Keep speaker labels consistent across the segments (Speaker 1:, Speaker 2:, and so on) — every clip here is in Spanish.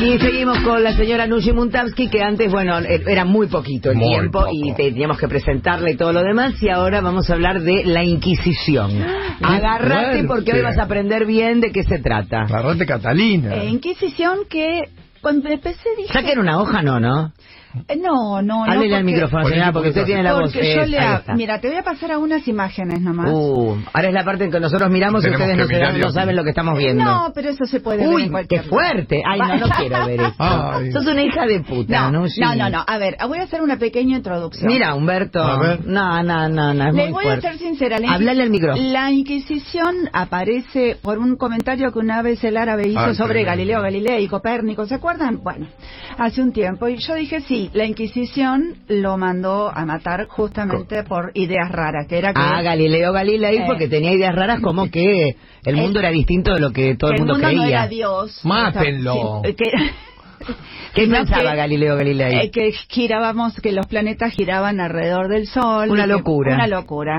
Speaker 1: Y seguimos con la señora Nushi Muntamsky, que antes, bueno, eh, era muy poquito el
Speaker 2: Muy
Speaker 1: tiempo
Speaker 2: poco.
Speaker 1: y teníamos que presentarla y todo lo demás. Y ahora vamos a hablar de la Inquisición.
Speaker 2: Ah,
Speaker 1: Agárrate
Speaker 2: fuerte.
Speaker 1: porque hoy vas a aprender bien de qué se trata.
Speaker 2: Agarrate Catalina.
Speaker 3: Eh, Inquisición que cuando empecé dije...
Speaker 1: Saquen una hoja, no, ¿no?
Speaker 3: Eh, No, no, no.
Speaker 1: Háblele al
Speaker 3: porque-
Speaker 1: micrófono,
Speaker 2: Por
Speaker 1: señora,
Speaker 2: eso,
Speaker 1: porque usted
Speaker 2: porque
Speaker 1: tiene la voz.
Speaker 3: Porque yo
Speaker 1: Es,
Speaker 3: le...
Speaker 1: ahí
Speaker 3: ha-
Speaker 1: está.
Speaker 3: Mira, te voy a pasar a unas imágenes nomás.
Speaker 1: Uh, ahora es la parte en que nosotros miramos y
Speaker 2: Tenemos
Speaker 1: ustedes
Speaker 2: que
Speaker 1: no, se dan-
Speaker 2: mirar y-
Speaker 1: no saben lo que estamos viendo.
Speaker 3: no, pero eso se puede ver
Speaker 1: Uy,
Speaker 3: en cualquier
Speaker 1: qué fuerte. Ay, no, no quiero ver esto.
Speaker 2: Ay.
Speaker 1: Sos una hija de puta,
Speaker 3: No, no,
Speaker 1: Nushi.
Speaker 3: no, no, A ver, voy a hacer una pequeña introducción.
Speaker 1: Mira, Humberto.
Speaker 2: A ver.
Speaker 1: No, no, no, no. Es
Speaker 3: Les
Speaker 1: muy
Speaker 3: voy
Speaker 1: fuerte.
Speaker 3: a ser sincera. la-
Speaker 1: Háblale al micrófono.
Speaker 3: La Inquisición aparece por un comentario que una vez el árabe hizo
Speaker 2: Ah,
Speaker 3: sobre
Speaker 2: tremendo.
Speaker 3: Galileo Galilei y Copérnico. ¿Se acuerdan? Bueno, hace un tiempo. Y yo dije, sí, la Inquisición lo mandó a matar justamente por ideas raras, que era que...
Speaker 1: Ah, Galileo Galilei,
Speaker 3: Eh.
Speaker 1: porque tenía ideas raras como que el mundo era distinto de lo que todo el
Speaker 3: que
Speaker 1: mundo, creía.
Speaker 3: no era Dios.
Speaker 2: Mátenlo.
Speaker 3: O sea, sí, eh, que,
Speaker 1: ¿Qué
Speaker 3: sino
Speaker 1: pensaba
Speaker 3: que-
Speaker 1: Galileo Galilei?
Speaker 3: eh, que girábamos, que los planetas giraban alrededor del Sol.
Speaker 1: Una
Speaker 3: y que-
Speaker 1: locura.
Speaker 3: Una locura.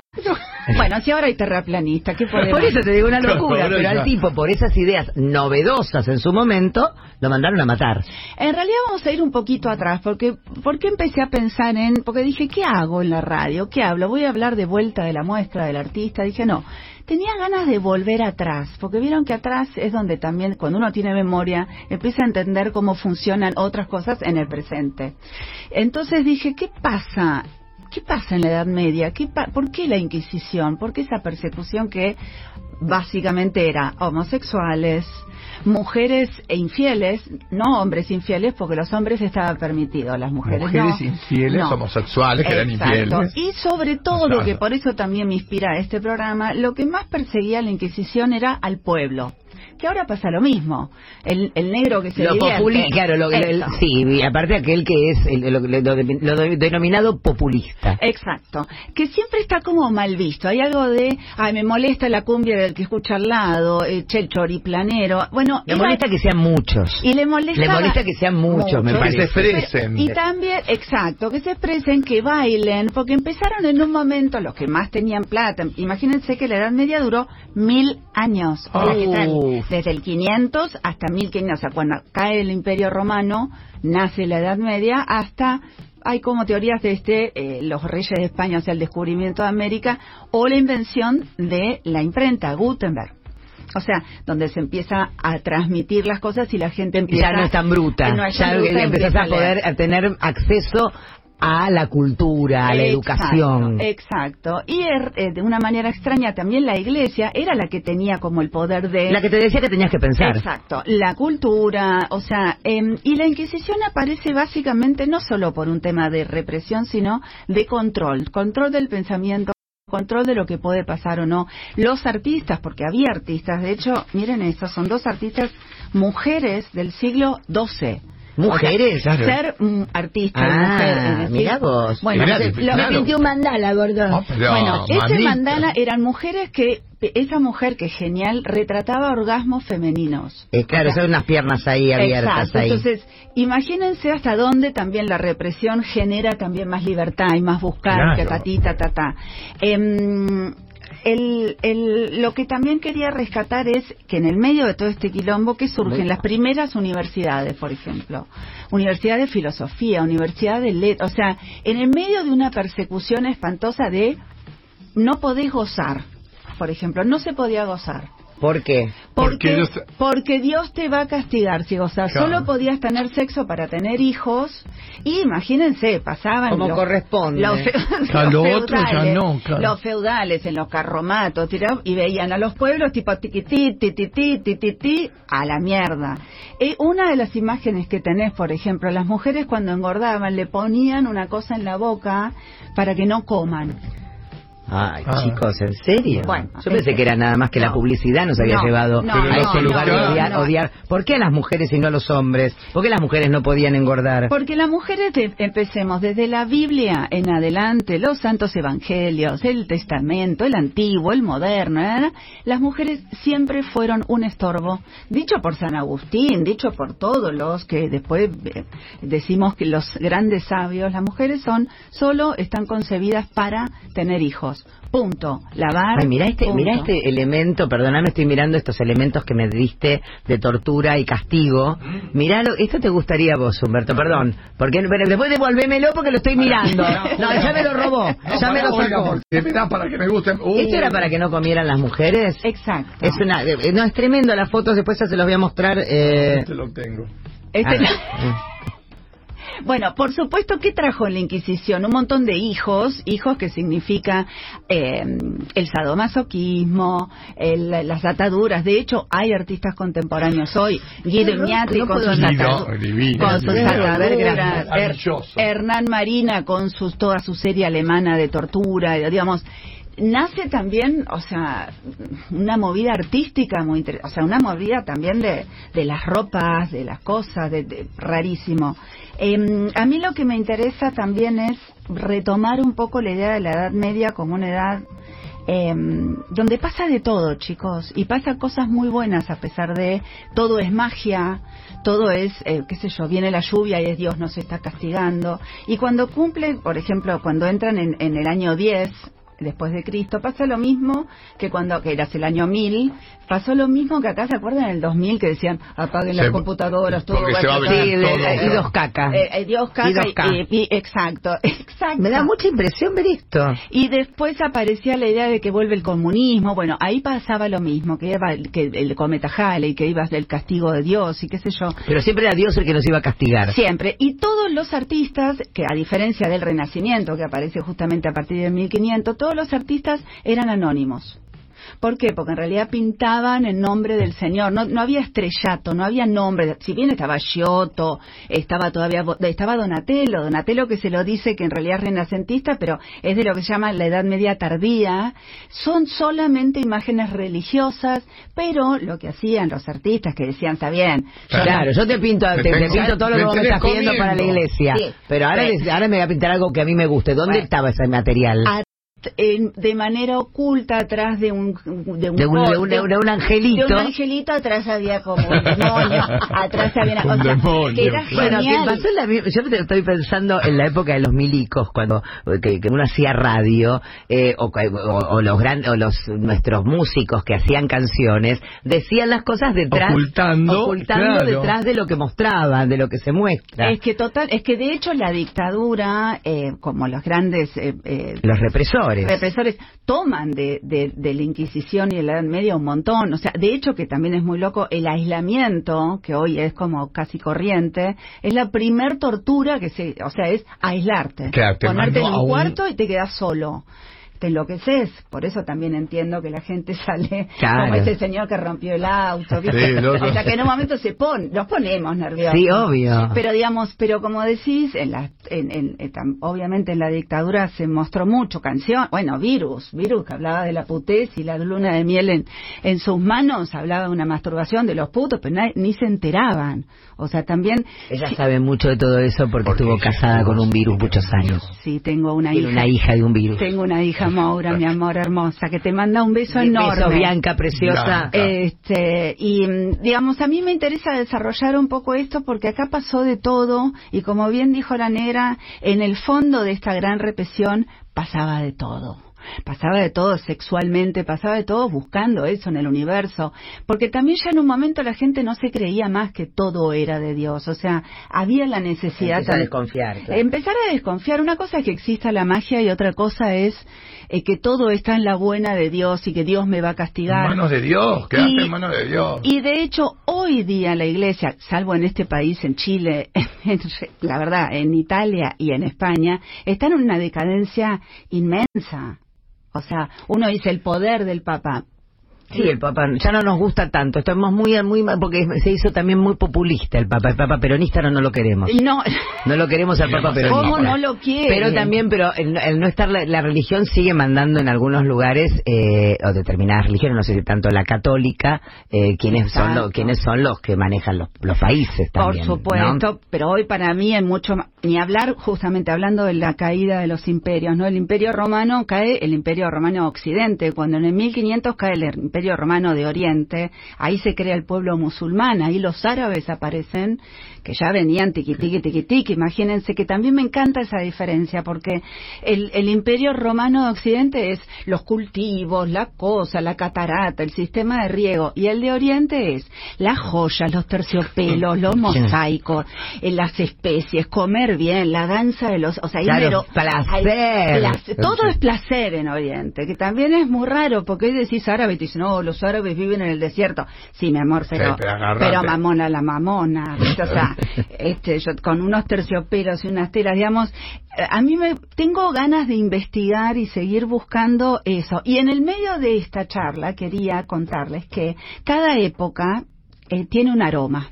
Speaker 3: bueno, si ahora hay terraplanista, ¿qué podemos
Speaker 1: por eso te digo una locura,
Speaker 2: Ahora
Speaker 1: pero
Speaker 2: ya.
Speaker 1: al tipo, por esas ideas novedosas en su momento, lo mandaron a matar.
Speaker 3: En realidad vamos a ir un poquito atrás, porque porque empecé a pensar en, porque dije, ¿qué hago en la radio? ¿Qué hablo? Voy a hablar de vuelta de la muestra del artista. Dije, no, tenía ganas de volver atrás, porque vieron que atrás es donde también, cuando uno tiene memoria, empieza a entender cómo funcionan otras cosas en el presente. Entonces dije, ¿qué pasa? ¿Qué pasa en la Edad Media? ¿Qué pa- ¿Por qué la Inquisición? ¿Por qué esa persecución que básicamente era homosexuales, mujeres e infieles, no hombres infieles, porque los hombres estaba permitido, las mujeres,
Speaker 2: Mujeres
Speaker 3: no.
Speaker 2: infieles,
Speaker 3: No.
Speaker 2: homosexuales que eran
Speaker 3: Exacto.
Speaker 2: infieles.
Speaker 3: Y sobre todo lo
Speaker 2: Exacto.
Speaker 3: que por eso también me inspira este programa, lo que más perseguía la Inquisición era al pueblo. Que ahora pasa lo mismo. El, el negro que se
Speaker 1: Lo
Speaker 3: divierte.
Speaker 1: populi- claro, lo, lo- el-
Speaker 3: Eso.
Speaker 1: sí, y aparte aquel que es el- lo, lo- lo- lo denominado
Speaker 3: Eh,
Speaker 1: populista.
Speaker 3: Exacto. Que siempre está como mal visto. Hay algo de, ay, me molesta la cumbia del que escucha al lado, eh, che, el choriplanero. Bueno,
Speaker 1: Le
Speaker 3: era-
Speaker 1: molesta que sean muchos.
Speaker 3: y le molesta.
Speaker 1: Le molesta que sean muchos, me
Speaker 2: Que
Speaker 1: parece.
Speaker 2: se expresen.
Speaker 3: Y también, exacto, que se expresen, que bailen, porque empezaron en un momento los que más tenían plata. Imagínense que la Edad Media duró mil años.
Speaker 2: Ah.
Speaker 3: O sea, que tal,
Speaker 1: Uf.
Speaker 3: Desde el 500 hasta 1500. O sea, cuando cae el Imperio Romano, nace la Edad Media, hasta hay como teorías de este, eh, los reyes de España, o sea, el descubrimiento de América, o la invención de la imprenta, Gutenberg. O sea, donde se empieza a transmitir las cosas y la gente empieza
Speaker 1: ya no es tan bruta.
Speaker 3: no es tan
Speaker 1: ya
Speaker 3: bruta,
Speaker 1: empezás
Speaker 3: empieza
Speaker 1: a poder
Speaker 3: leer.
Speaker 1: a tener acceso a la cultura, a la educación.
Speaker 3: Eh, Exacto. Y er- eh, de una manera extraña también la iglesia era la que tenía como el poder de...
Speaker 1: La que te decía que tenías que pensar.
Speaker 3: Exacto, la cultura, o sea, em, y la Inquisición aparece básicamente no solo por un tema de represión, sino de control, control del pensamiento, control de lo que puede pasar o no. Los artistas, porque había artistas, de hecho, miren esto, son dos artistas mujeres del siglo XII.
Speaker 1: Mujeres.
Speaker 2: Claro.
Speaker 3: Ser mm, artista y
Speaker 1: Ah,
Speaker 3: mujer, es decir,
Speaker 1: mirá vos.
Speaker 3: Bueno,
Speaker 2: Mirá,
Speaker 3: lo-
Speaker 2: claro.
Speaker 3: lo-
Speaker 1: un mandala, gordo.
Speaker 2: Ah, pero,
Speaker 3: bueno, ese
Speaker 2: mamita.
Speaker 3: mandala eran mujeres que, esa mujer que genial, retrataba orgasmos femeninos.
Speaker 1: Eh, claro, son unas piernas ahí abiertas
Speaker 3: Exacto.
Speaker 1: ahí.
Speaker 3: Entonces, imagínense hasta dónde también la represión genera también más libertad y más buscar,
Speaker 2: Claro.
Speaker 3: ta, ta, ti, ta, ta, ta. Em, el- el- lo que también quería rescatar es que en el medio de todo este quilombo que surgen las primeras universidades, por ejemplo, universidad de filosofía, universidad de letras, o sea, en el medio de una persecución espantosa de no podés gozar, por ejemplo, no se podía gozar.
Speaker 1: ¿Por qué?
Speaker 2: Porque
Speaker 3: Porque,
Speaker 2: ellos-
Speaker 3: porque Dios te va a castigar, si o sea,
Speaker 2: Claro.
Speaker 3: solo podías tener sexo para tener hijos. Y imagínense, pasaban.
Speaker 1: Como corresponde.
Speaker 3: Los, fe-
Speaker 2: Claro,
Speaker 3: los
Speaker 2: lo otro ya
Speaker 3: feudales,
Speaker 2: no, claro.
Speaker 3: los feudales en los carromatos tiraban y veían a los pueblos tipo tiquití, titití, titití, a la mierda. Eh, una de las imágenes que tenés, por ejemplo, las mujeres cuando engordaban le ponían una cosa en la boca para que no coman.
Speaker 1: Ay,
Speaker 2: Ah.
Speaker 1: chicos, ¿en serio?
Speaker 3: Bueno, este-
Speaker 1: Yo pensé que era nada más que la
Speaker 3: no.
Speaker 1: publicidad nos había
Speaker 3: No,
Speaker 1: llevado
Speaker 3: no,
Speaker 1: a
Speaker 2: Pero
Speaker 1: ese
Speaker 2: no,
Speaker 1: lugar de
Speaker 2: no,
Speaker 1: odiar,
Speaker 3: no.
Speaker 1: odiar. ¿Por qué a las mujeres y no a los hombres? ¿Por qué las mujeres no podían engordar?
Speaker 3: Porque las mujeres, de- empecemos desde la Biblia en adelante, los santos evangelios, el testamento, el antiguo, el moderno, na, na, na, las mujeres siempre fueron un estorbo, dicho por San Agustín, dicho por todos los que después eh, decimos que los grandes sabios, las mujeres son solo, están concebidas para tener hijos. Punto. Lavar.
Speaker 1: Ay, mirá este,
Speaker 3: punto.
Speaker 1: mirá este elemento, perdóname, estoy mirando estos elementos que me diste de tortura y castigo. Miralo, esto te gustaría a vos, Humberto, perdón. Porque, pero después devolvémelo porque lo estoy mirando. No, ya me lo robó, ya me lo sacó.
Speaker 2: Porque me da para que me guste. Uh.
Speaker 1: ¿Esto era para que no comieran las mujeres?
Speaker 3: Exacto.
Speaker 1: este. Es una, eh, no, es tremendo las fotos, después ya se los voy a mostrar. Eh,
Speaker 2: Este lo tengo.
Speaker 3: Este-
Speaker 1: ah,
Speaker 3: Bueno, por supuesto, ¿qué trajo la Inquisición? Un montón de hijos, hijos que significa eh, el sadomasoquismo, el- las ataduras. De hecho, hay artistas contemporáneos hoy. Guido
Speaker 1: No,
Speaker 3: Ignati
Speaker 1: no
Speaker 3: con
Speaker 1: puedo
Speaker 3: sus
Speaker 2: Divino,
Speaker 3: ataduras.
Speaker 2: divino,
Speaker 3: Con sus
Speaker 2: divino.
Speaker 3: ataduras. Her-
Speaker 2: Maravilloso.
Speaker 3: Hernán Marina con sus, toda su serie alemana de tortura, y, digamos. Nace también, o sea, una movida artística muy inter- o sea, una movida también de, de las ropas, de las cosas, de, de- rarísimo. Em, a mí lo que me interesa también es retomar un poco la idea de la Edad Media como una edad eh, donde pasa de todo, chicos, y pasa cosas muy buenas a pesar de todo es magia, todo es, eh, qué sé yo, viene la lluvia y es Dios nos está castigando. Y cuando cumplen, por ejemplo, cuando entran en, en el año 10 después de Cristo, pasa lo mismo que cuando que era el año 1000, pasó lo mismo que acá, ¿se acuerdan? En el 2000 que decían, apaguen las
Speaker 2: Se-
Speaker 3: computadoras, todo
Speaker 2: porque
Speaker 3: va a
Speaker 2: se va a
Speaker 3: explotar".
Speaker 1: sí,
Speaker 2: abrir
Speaker 1: de-
Speaker 2: todo,
Speaker 1: eh, y
Speaker 2: claro.
Speaker 1: dos cacas.
Speaker 3: Eh, eh, Dios caca
Speaker 1: Y dos K.
Speaker 3: y- y- exacto, exacto.
Speaker 1: me da mucha impresión ver esto.
Speaker 3: Y después aparecía la idea de que vuelve el comunismo. Bueno, ahí pasaba lo mismo, que, iba, el- que el cometa Halley, que ibas del castigo de Dios y qué sé yo.
Speaker 1: Pero siempre era Dios el que nos iba a castigar.
Speaker 3: Siempre. Y todos los artistas, que a diferencia del Renacimiento, que aparece justamente a partir de 1500, todos los artistas eran anónimos. ¿Por qué? Porque en realidad pintaban en nombre del Señor. No, no había estrellato, no había nombre. Si bien estaba Giotto, estaba todavía Bo- estaba Donatello, Donatello que se lo dice que en realidad es renacentista, pero es de lo que se llama la Edad Media tardía. Son solamente imágenes religiosas, pero lo que hacían los artistas que decían, está bien, yo
Speaker 1: Claro, yo te pinto, te,
Speaker 2: Te tengo-
Speaker 1: te pinto todo lo
Speaker 2: me
Speaker 1: que vos me
Speaker 2: tenés
Speaker 1: estás pidiendo para
Speaker 2: comiendo.
Speaker 1: la iglesia.
Speaker 3: Sí.
Speaker 1: Pero ahora,
Speaker 3: Sí.
Speaker 1: les- ahora me voy a pintar algo que a mí me guste. ¿Dónde
Speaker 3: Bueno. Ah,
Speaker 1: estaba ese material?
Speaker 3: a- en- de manera oculta atrás de un de un,
Speaker 1: de, un,
Speaker 3: gol,
Speaker 1: de un- de un- de un
Speaker 3: de
Speaker 1: angelito.
Speaker 3: un angelito atrás había como un demonio atrás había una,
Speaker 2: Un
Speaker 3: o sea,
Speaker 2: demonio,
Speaker 3: que era
Speaker 2: claro.
Speaker 1: Bueno, que
Speaker 3: genial
Speaker 1: pasó la mi- yo te- estoy pensando en la época de los milicos, cuando que, que uno hacía radio, eh, o, o- o los gran, o los nuestros músicos que hacían canciones, decían las cosas detrás,
Speaker 2: Ocultando,
Speaker 1: ocultando
Speaker 2: claro.
Speaker 1: detrás de lo que mostraban, de lo que se muestra.
Speaker 3: es que total es que de hecho la dictadura eh, como los grandes eh, eh,
Speaker 1: Los represores.
Speaker 3: represores toman de, de- de la Inquisición y de la Edad Media un montón. O sea, de hecho, que también es muy loco, el aislamiento, que hoy es como casi corriente, es la primer tortura que se. O sea, es aislarte.
Speaker 2: Claro, te
Speaker 3: Ponerte en
Speaker 2: mandó
Speaker 3: un,
Speaker 2: a un-
Speaker 3: cuarto y te quedas solo. Te enloqueces. Por eso también entiendo que la gente sale
Speaker 1: Claro.
Speaker 3: como ese señor que rompió el auto. ¿viste?
Speaker 2: Sí, el otro.
Speaker 3: o sea, que en un momento se pone, nos ponemos nerviosos.
Speaker 1: Sí, obvio.
Speaker 3: Pero digamos, pero como decís, en la, en, en- eh, tam- obviamente en la dictadura se mostró mucho canción, bueno, virus, virus que hablaba de la putez y la luna de miel en, en sus manos, hablaba de una masturbación de los putos, pero nadie- ni se enteraban. O sea, también,
Speaker 1: Ella sabe mucho de todo eso porque,
Speaker 2: Porque
Speaker 1: estuvo
Speaker 2: ella
Speaker 1: casada
Speaker 2: estuvo
Speaker 1: con un virus
Speaker 2: con un
Speaker 1: muchos años.
Speaker 3: sí, tengo una
Speaker 1: Tiene
Speaker 3: hija.
Speaker 1: una hija de un virus.
Speaker 3: Tengo una hija, Maura, mi amor hermosa, que te manda un beso
Speaker 1: Un
Speaker 3: enorme.
Speaker 1: beso, Bianca, preciosa.
Speaker 2: Blanca.
Speaker 3: Este, y mm, digamos, a mí me interesa desarrollar un poco esto porque acá pasó de todo y como bien dijo la negra, en el fondo de esta gran represión pasaba de todo. Pasaba de todo sexualmente, pasaba de todo buscando eso en el universo, porque también ya en un momento la gente no se creía más que todo era de Dios, o sea, había la necesidad
Speaker 1: Empieza a
Speaker 3: tan-
Speaker 1: desconfiar, claro.
Speaker 3: Empezar a desconfiar, una cosa es que exista la magia y otra cosa es eh, que todo está en la buena de Dios y que Dios me va a castigar.
Speaker 2: Manos de Dios, quedaste
Speaker 3: Y-
Speaker 2: en manos de Dios.
Speaker 3: Y de hecho, hoy día la iglesia, salvo en este país, en Chile, en- la verdad, en Italia y en España, está en una decadencia inmensa. O sea, uno dice el poder del Papa.
Speaker 1: Sí, el Papa ya no nos gusta tanto. Estamos muy, muy mal porque se hizo también muy populista el Papa. El Papa peronista no, no lo queremos.
Speaker 3: Y No,
Speaker 1: No lo queremos al Papa peronista.
Speaker 3: ¿cómo no lo quiere?
Speaker 1: Pero también, pero el, el no estar, la, la religión sigue mandando en algunos lugares, eh, o determinadas religiones, no sé si tanto la católica, eh, quienes, son
Speaker 3: Exacto.
Speaker 1: los, quienes son los que manejan los, los países también.
Speaker 3: Por supuesto,
Speaker 1: ¿no?
Speaker 3: pero hoy para mí es mucho ma- ni hablar justamente hablando de la caída de los imperios, ¿no? El Imperio Romano cae el Imperio Romano Occidente, cuando en el 1500 cae el Imperio Imperio Romano de Oriente, ahí se crea el pueblo musulmán, ahí los árabes aparecen, que ya venían tiqui tiqui tiqui tiqui, imagínense que también me encanta esa diferencia, porque el, el Imperio Romano de Occidente es los cultivos, la cosa, la catarata, el sistema de riego, y el de Oriente es las joyas, los terciopelos, los mosaicos, eh, las especies, comer bien, la danza de los... O sea, ahí
Speaker 1: Claro,
Speaker 3: mero-
Speaker 1: placer.
Speaker 3: Ay, placer. Todo es placer en Oriente, que también es muy raro, porque hoy decís árabe y te dicen, no, los árabes viven en el desierto. Sí, mi amor, pero,
Speaker 2: Sí, pero agarrate.
Speaker 3: pero mamona la mamona. ¿viste? O sea, este, yo, con unos terciopelos y unas telas, digamos, eh, a mí me tengo ganas de investigar y seguir buscando eso. Y en el medio de esta charla quería contarles que cada época eh, tiene un aroma.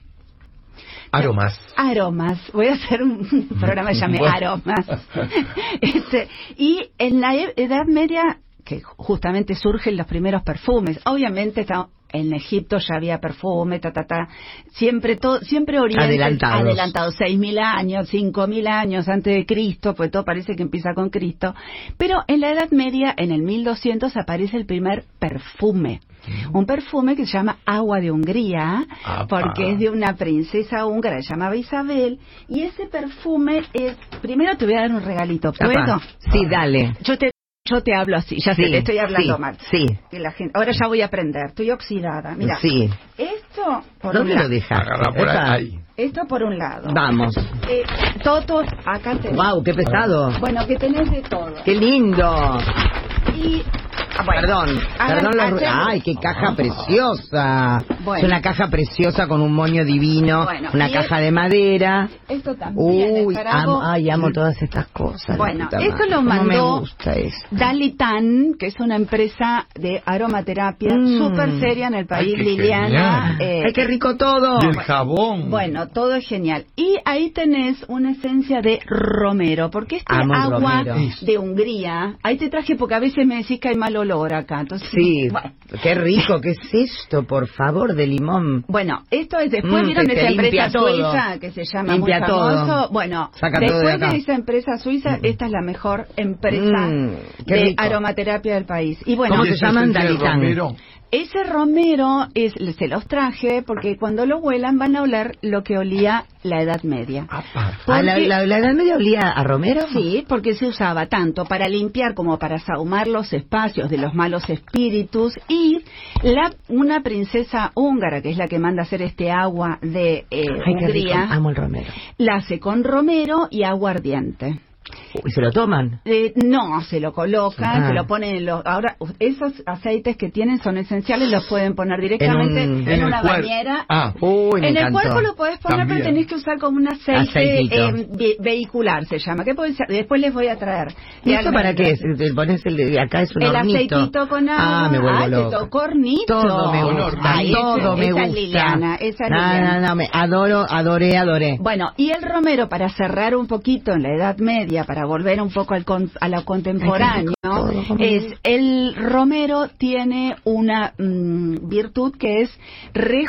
Speaker 2: Aromas.
Speaker 3: Aromas. Voy a hacer un programa que llame
Speaker 2: Bueno.
Speaker 3: Aromas. Este, y en la e- Edad Media, que justamente surgen los primeros perfumes, obviamente está- En Egipto ya había perfume, ta, ta, ta. Siempre todo, siempre Oriente.
Speaker 1: Adelantados.
Speaker 3: Adelantado, 6.000 años, 5.000 años antes de Cristo, pues todo parece que empieza con Cristo. Pero en la Edad Media, en el 1200, aparece el primer perfume. Un perfume que se llama Agua de Hungría,
Speaker 2: Apa.
Speaker 3: porque es de una princesa húngara llamada Isabel y ese perfume es primero te voy a dar un regalito
Speaker 1: Apa.
Speaker 3: ¿puedo?
Speaker 1: Sí, dale.
Speaker 3: yo te yo te hablo así ya sé
Speaker 1: Sí,
Speaker 3: te estoy hablando
Speaker 1: sí,
Speaker 3: mal
Speaker 1: sí.
Speaker 3: Que la gente- ahora ya voy a aprender estoy oxidada mira
Speaker 1: Sí.
Speaker 3: esto por
Speaker 1: ¿Dónde
Speaker 3: un
Speaker 1: lo
Speaker 3: lado
Speaker 1: dejaste?
Speaker 2: Agarra por
Speaker 1: Epa.
Speaker 2: ahí.
Speaker 3: esto por un lado
Speaker 1: Vamos.
Speaker 3: Eh, Toto acá tenés
Speaker 1: Wow, qué pesado.
Speaker 3: bueno que tenés de todo
Speaker 1: Qué lindo.
Speaker 3: y ah, bueno,
Speaker 1: Perdón,
Speaker 3: hagan-
Speaker 1: perdón. los ru-
Speaker 3: hacer-
Speaker 1: Ay, qué caja preciosa.
Speaker 3: Bueno.
Speaker 1: Es una caja preciosa con un moño divino,
Speaker 3: Bueno,
Speaker 1: una
Speaker 3: y
Speaker 1: caja
Speaker 3: es-
Speaker 1: de madera.
Speaker 3: esto también es
Speaker 1: Uy,
Speaker 3: para
Speaker 1: amo,
Speaker 3: algo-
Speaker 1: ay, amo todas estas cosas. la
Speaker 3: Bueno,
Speaker 1: puta
Speaker 3: esto
Speaker 1: madre.
Speaker 3: lo
Speaker 1: No
Speaker 3: mandó-
Speaker 1: me gusta eso.
Speaker 3: Dalitan, que es una empresa de aromaterapia
Speaker 1: Mm.
Speaker 3: súper seria en el país,
Speaker 2: Ay, qué
Speaker 3: Liliana.
Speaker 2: genial.
Speaker 3: eh,
Speaker 1: Ay, qué rico todo.
Speaker 2: Y el
Speaker 1: Mm.
Speaker 2: jabón.
Speaker 3: bueno, todo es genial. Y ahí tenés una esencia de romero, porque este
Speaker 1: Amo el
Speaker 3: agua
Speaker 1: romero.
Speaker 3: de Hungría, ahí te traje porque a veces me decís que hay mal olor acá. Entonces,
Speaker 1: Sí,
Speaker 3: bueno,
Speaker 1: qué rico, ¿qué es esto? Por favor, de limón.
Speaker 3: Bueno, esto es después
Speaker 1: Mm,
Speaker 3: vieron
Speaker 1: que te
Speaker 3: esa empresa
Speaker 1: limpia todo.
Speaker 3: suiza que se llama
Speaker 1: Limpia
Speaker 3: muy
Speaker 1: todo.
Speaker 3: famoso. Bueno,
Speaker 1: Saca todo de
Speaker 3: después
Speaker 1: acá.
Speaker 3: esa empresa suiza, esta es la mejor empresa
Speaker 1: Mm, qué
Speaker 3: de
Speaker 1: rico.
Speaker 3: aromaterapia del país. Y bueno,
Speaker 1: ¿Cómo
Speaker 2: ¿Y
Speaker 1: se
Speaker 2: esa
Speaker 1: llaman?
Speaker 2: esencia de
Speaker 1: Dalitán.
Speaker 2: romero?
Speaker 3: Ese romero es, se los traje porque cuando lo huelan van a oler lo que olía la Edad Media.
Speaker 2: Apa.
Speaker 1: ¿A Ah, la,
Speaker 3: Porque-
Speaker 1: la, la edad media olía a romero?
Speaker 3: Sí, porque se usaba tanto para limpiar como para sahumar los espacios de los malos espíritus y la, una princesa húngara, que es la que manda hacer este agua de eh,
Speaker 1: Ay, qué rico,
Speaker 3: Hungría,
Speaker 1: amo el romero.
Speaker 3: la hace con romero y aguardiente.
Speaker 1: ¿Y se lo toman?
Speaker 3: Eh, no, se lo colocan,
Speaker 1: Ah.
Speaker 3: se lo ponen en los... Ahora, u- esos aceites que tienen son esenciales, los pueden poner directamente
Speaker 1: En un-
Speaker 3: en,
Speaker 2: en el
Speaker 3: una
Speaker 2: cuer-
Speaker 3: bañera.
Speaker 2: Ah.
Speaker 1: Uy, me
Speaker 3: en el
Speaker 1: encantó.
Speaker 3: cuerpo lo podés poner,
Speaker 2: También.
Speaker 3: pero tenés que usar como un aceite
Speaker 1: Aceitito.
Speaker 3: eh, ve- vehicular, se llama. ¿Qué puede ser? Después les voy a traer.
Speaker 1: ¿Y eso para qué es?
Speaker 3: Realmente.
Speaker 1: Te pones el de acá es un
Speaker 3: El
Speaker 1: hornito.
Speaker 3: aceitito con agua.
Speaker 1: Ah, me vuelvo
Speaker 3: Ay, te
Speaker 1: loco.
Speaker 3: tocó hornito.
Speaker 1: Todo me
Speaker 2: Con
Speaker 1: gusta,
Speaker 2: hornito. Ay, esa-
Speaker 1: todo me
Speaker 3: esa es
Speaker 1: gusta.
Speaker 3: Liliana, esa es
Speaker 1: No,
Speaker 3: Liliana.
Speaker 1: no, no, me adoro, adoré, adoré.
Speaker 3: Bueno, y el romero, para cerrar un poquito en la Edad Media, para volver un poco al con- a lo contemporáneo, es el romero tiene una mm, virtud que es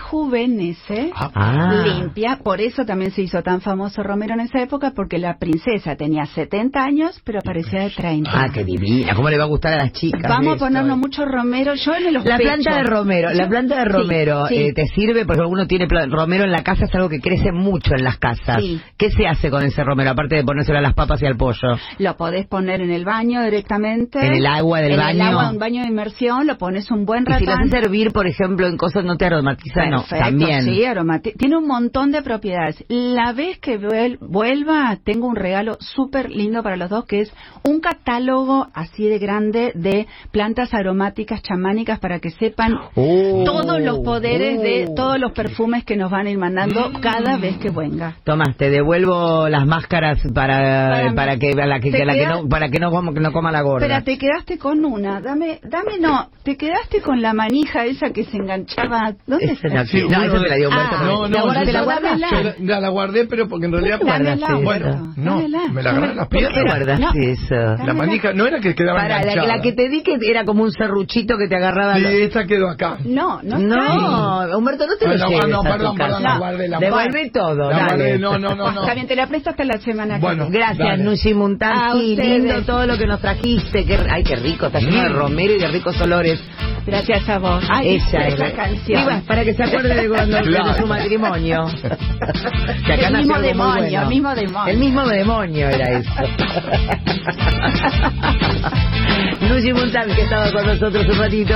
Speaker 3: rejuvenece,
Speaker 1: Ah.
Speaker 3: limpia, por eso también se hizo tan famoso romero en esa época, porque la princesa tenía 70 años, pero parecía de 30.
Speaker 1: Ah, qué divina. ¿Cómo le va a gustar a las chicas?
Speaker 3: Vamos a
Speaker 1: esto?
Speaker 3: ponernos mucho romero, yo en los
Speaker 1: La
Speaker 3: pechos.
Speaker 1: planta de romero, la planta de
Speaker 3: Sí,
Speaker 1: romero
Speaker 3: sí.
Speaker 1: eh, te sirve porque uno tiene pla- romero en la casa, es algo que crece mucho en las casas.
Speaker 3: Sí.
Speaker 1: ¿Qué se hace con ese romero aparte de ponérselo a las papas y al pollo?
Speaker 3: Lo podés poner en el baño directamente.
Speaker 1: En el agua del
Speaker 3: En
Speaker 1: baño.
Speaker 3: el agua, un baño de inmersión, lo pones un buen
Speaker 1: Y si lo
Speaker 3: ratón.
Speaker 1: haces servir, por ejemplo, en cosas no te aromatizan, no,
Speaker 3: Perfecto,
Speaker 1: también.
Speaker 3: sí, aromati- Tiene un montón de propiedades. La vez que vuel- vuelva, tengo un regalo súper lindo para los dos, que es un catálogo así de grande de plantas aromáticas chamánicas para que sepan
Speaker 1: Oh,
Speaker 3: todos los poderes de
Speaker 1: oh. Mm.
Speaker 3: todos los perfumes que nos van a ir mandando cada vez que venga.
Speaker 1: Tomás, te devuelvo las máscaras para,
Speaker 3: Para
Speaker 1: para,
Speaker 3: mí.
Speaker 1: que, a la que,
Speaker 3: ¿Te
Speaker 1: a la que
Speaker 3: queda?
Speaker 1: no, para que no, coma- que no coma la gorda.
Speaker 3: Espera, te quedaste con una. Dame, dame no. Te quedaste con la manija esa que se enganchaba. ¿Dónde
Speaker 1: Esa es la-
Speaker 3: está?
Speaker 1: Sí, no, esa te la dio Humberto.
Speaker 3: Ah,
Speaker 2: no,
Speaker 3: ¿la
Speaker 2: no,
Speaker 3: guardaste?
Speaker 2: yo-
Speaker 3: ¿La guardaste?
Speaker 2: yo la- la, la guardé, pero porque en realidad
Speaker 3: Dámela,
Speaker 1: guardaste
Speaker 2: Bueno,
Speaker 1: esa?
Speaker 3: Humberto,
Speaker 2: no,
Speaker 3: dámela.
Speaker 2: me la agarré en las
Speaker 1: ¿Por qué
Speaker 2: piernas.
Speaker 1: guardaste
Speaker 3: No.
Speaker 1: eso?
Speaker 2: La manija, no era que quedaba
Speaker 1: Para la,
Speaker 2: enganchada.
Speaker 1: la que te di que era como un serruchito que te agarraba.
Speaker 2: Sí,
Speaker 1: los-
Speaker 2: esta quedó acá.
Speaker 3: No, no. está.
Speaker 1: No, Humberto, no te lo
Speaker 2: Perdón,
Speaker 1: lleves
Speaker 2: Ah, no,
Speaker 1: a tu
Speaker 2: perdón,
Speaker 1: casa.
Speaker 2: perdón, la guardé, la
Speaker 1: Devuelve
Speaker 2: guardé.
Speaker 1: todo,
Speaker 2: La guardé,
Speaker 1: dale.
Speaker 2: no, no, no, no.
Speaker 3: Está bien, te la presto hasta la semana que
Speaker 2: Bueno.
Speaker 3: viene.
Speaker 1: Gracias,
Speaker 2: Dale.
Speaker 1: Nushi
Speaker 3: A
Speaker 1: Muntaki.
Speaker 3: ustedes.
Speaker 1: Lindo todo lo que nos trajiste. Qué- ay, qué rico, está lleno de
Speaker 2: Mm.
Speaker 1: romero y de ricos olores.
Speaker 3: Gracias a vos. Ay,
Speaker 1: Esa es la
Speaker 3: canción.
Speaker 1: Y bueno, para que se acuerde de cuando
Speaker 2: Claro.
Speaker 1: de su matrimonio. Que
Speaker 3: El
Speaker 1: nació algo
Speaker 3: mismo
Speaker 1: muy
Speaker 3: demonio, el mismo demonio.
Speaker 1: El mismo demonio era eso. Luigi Montal, que estaba con nosotros un ratito.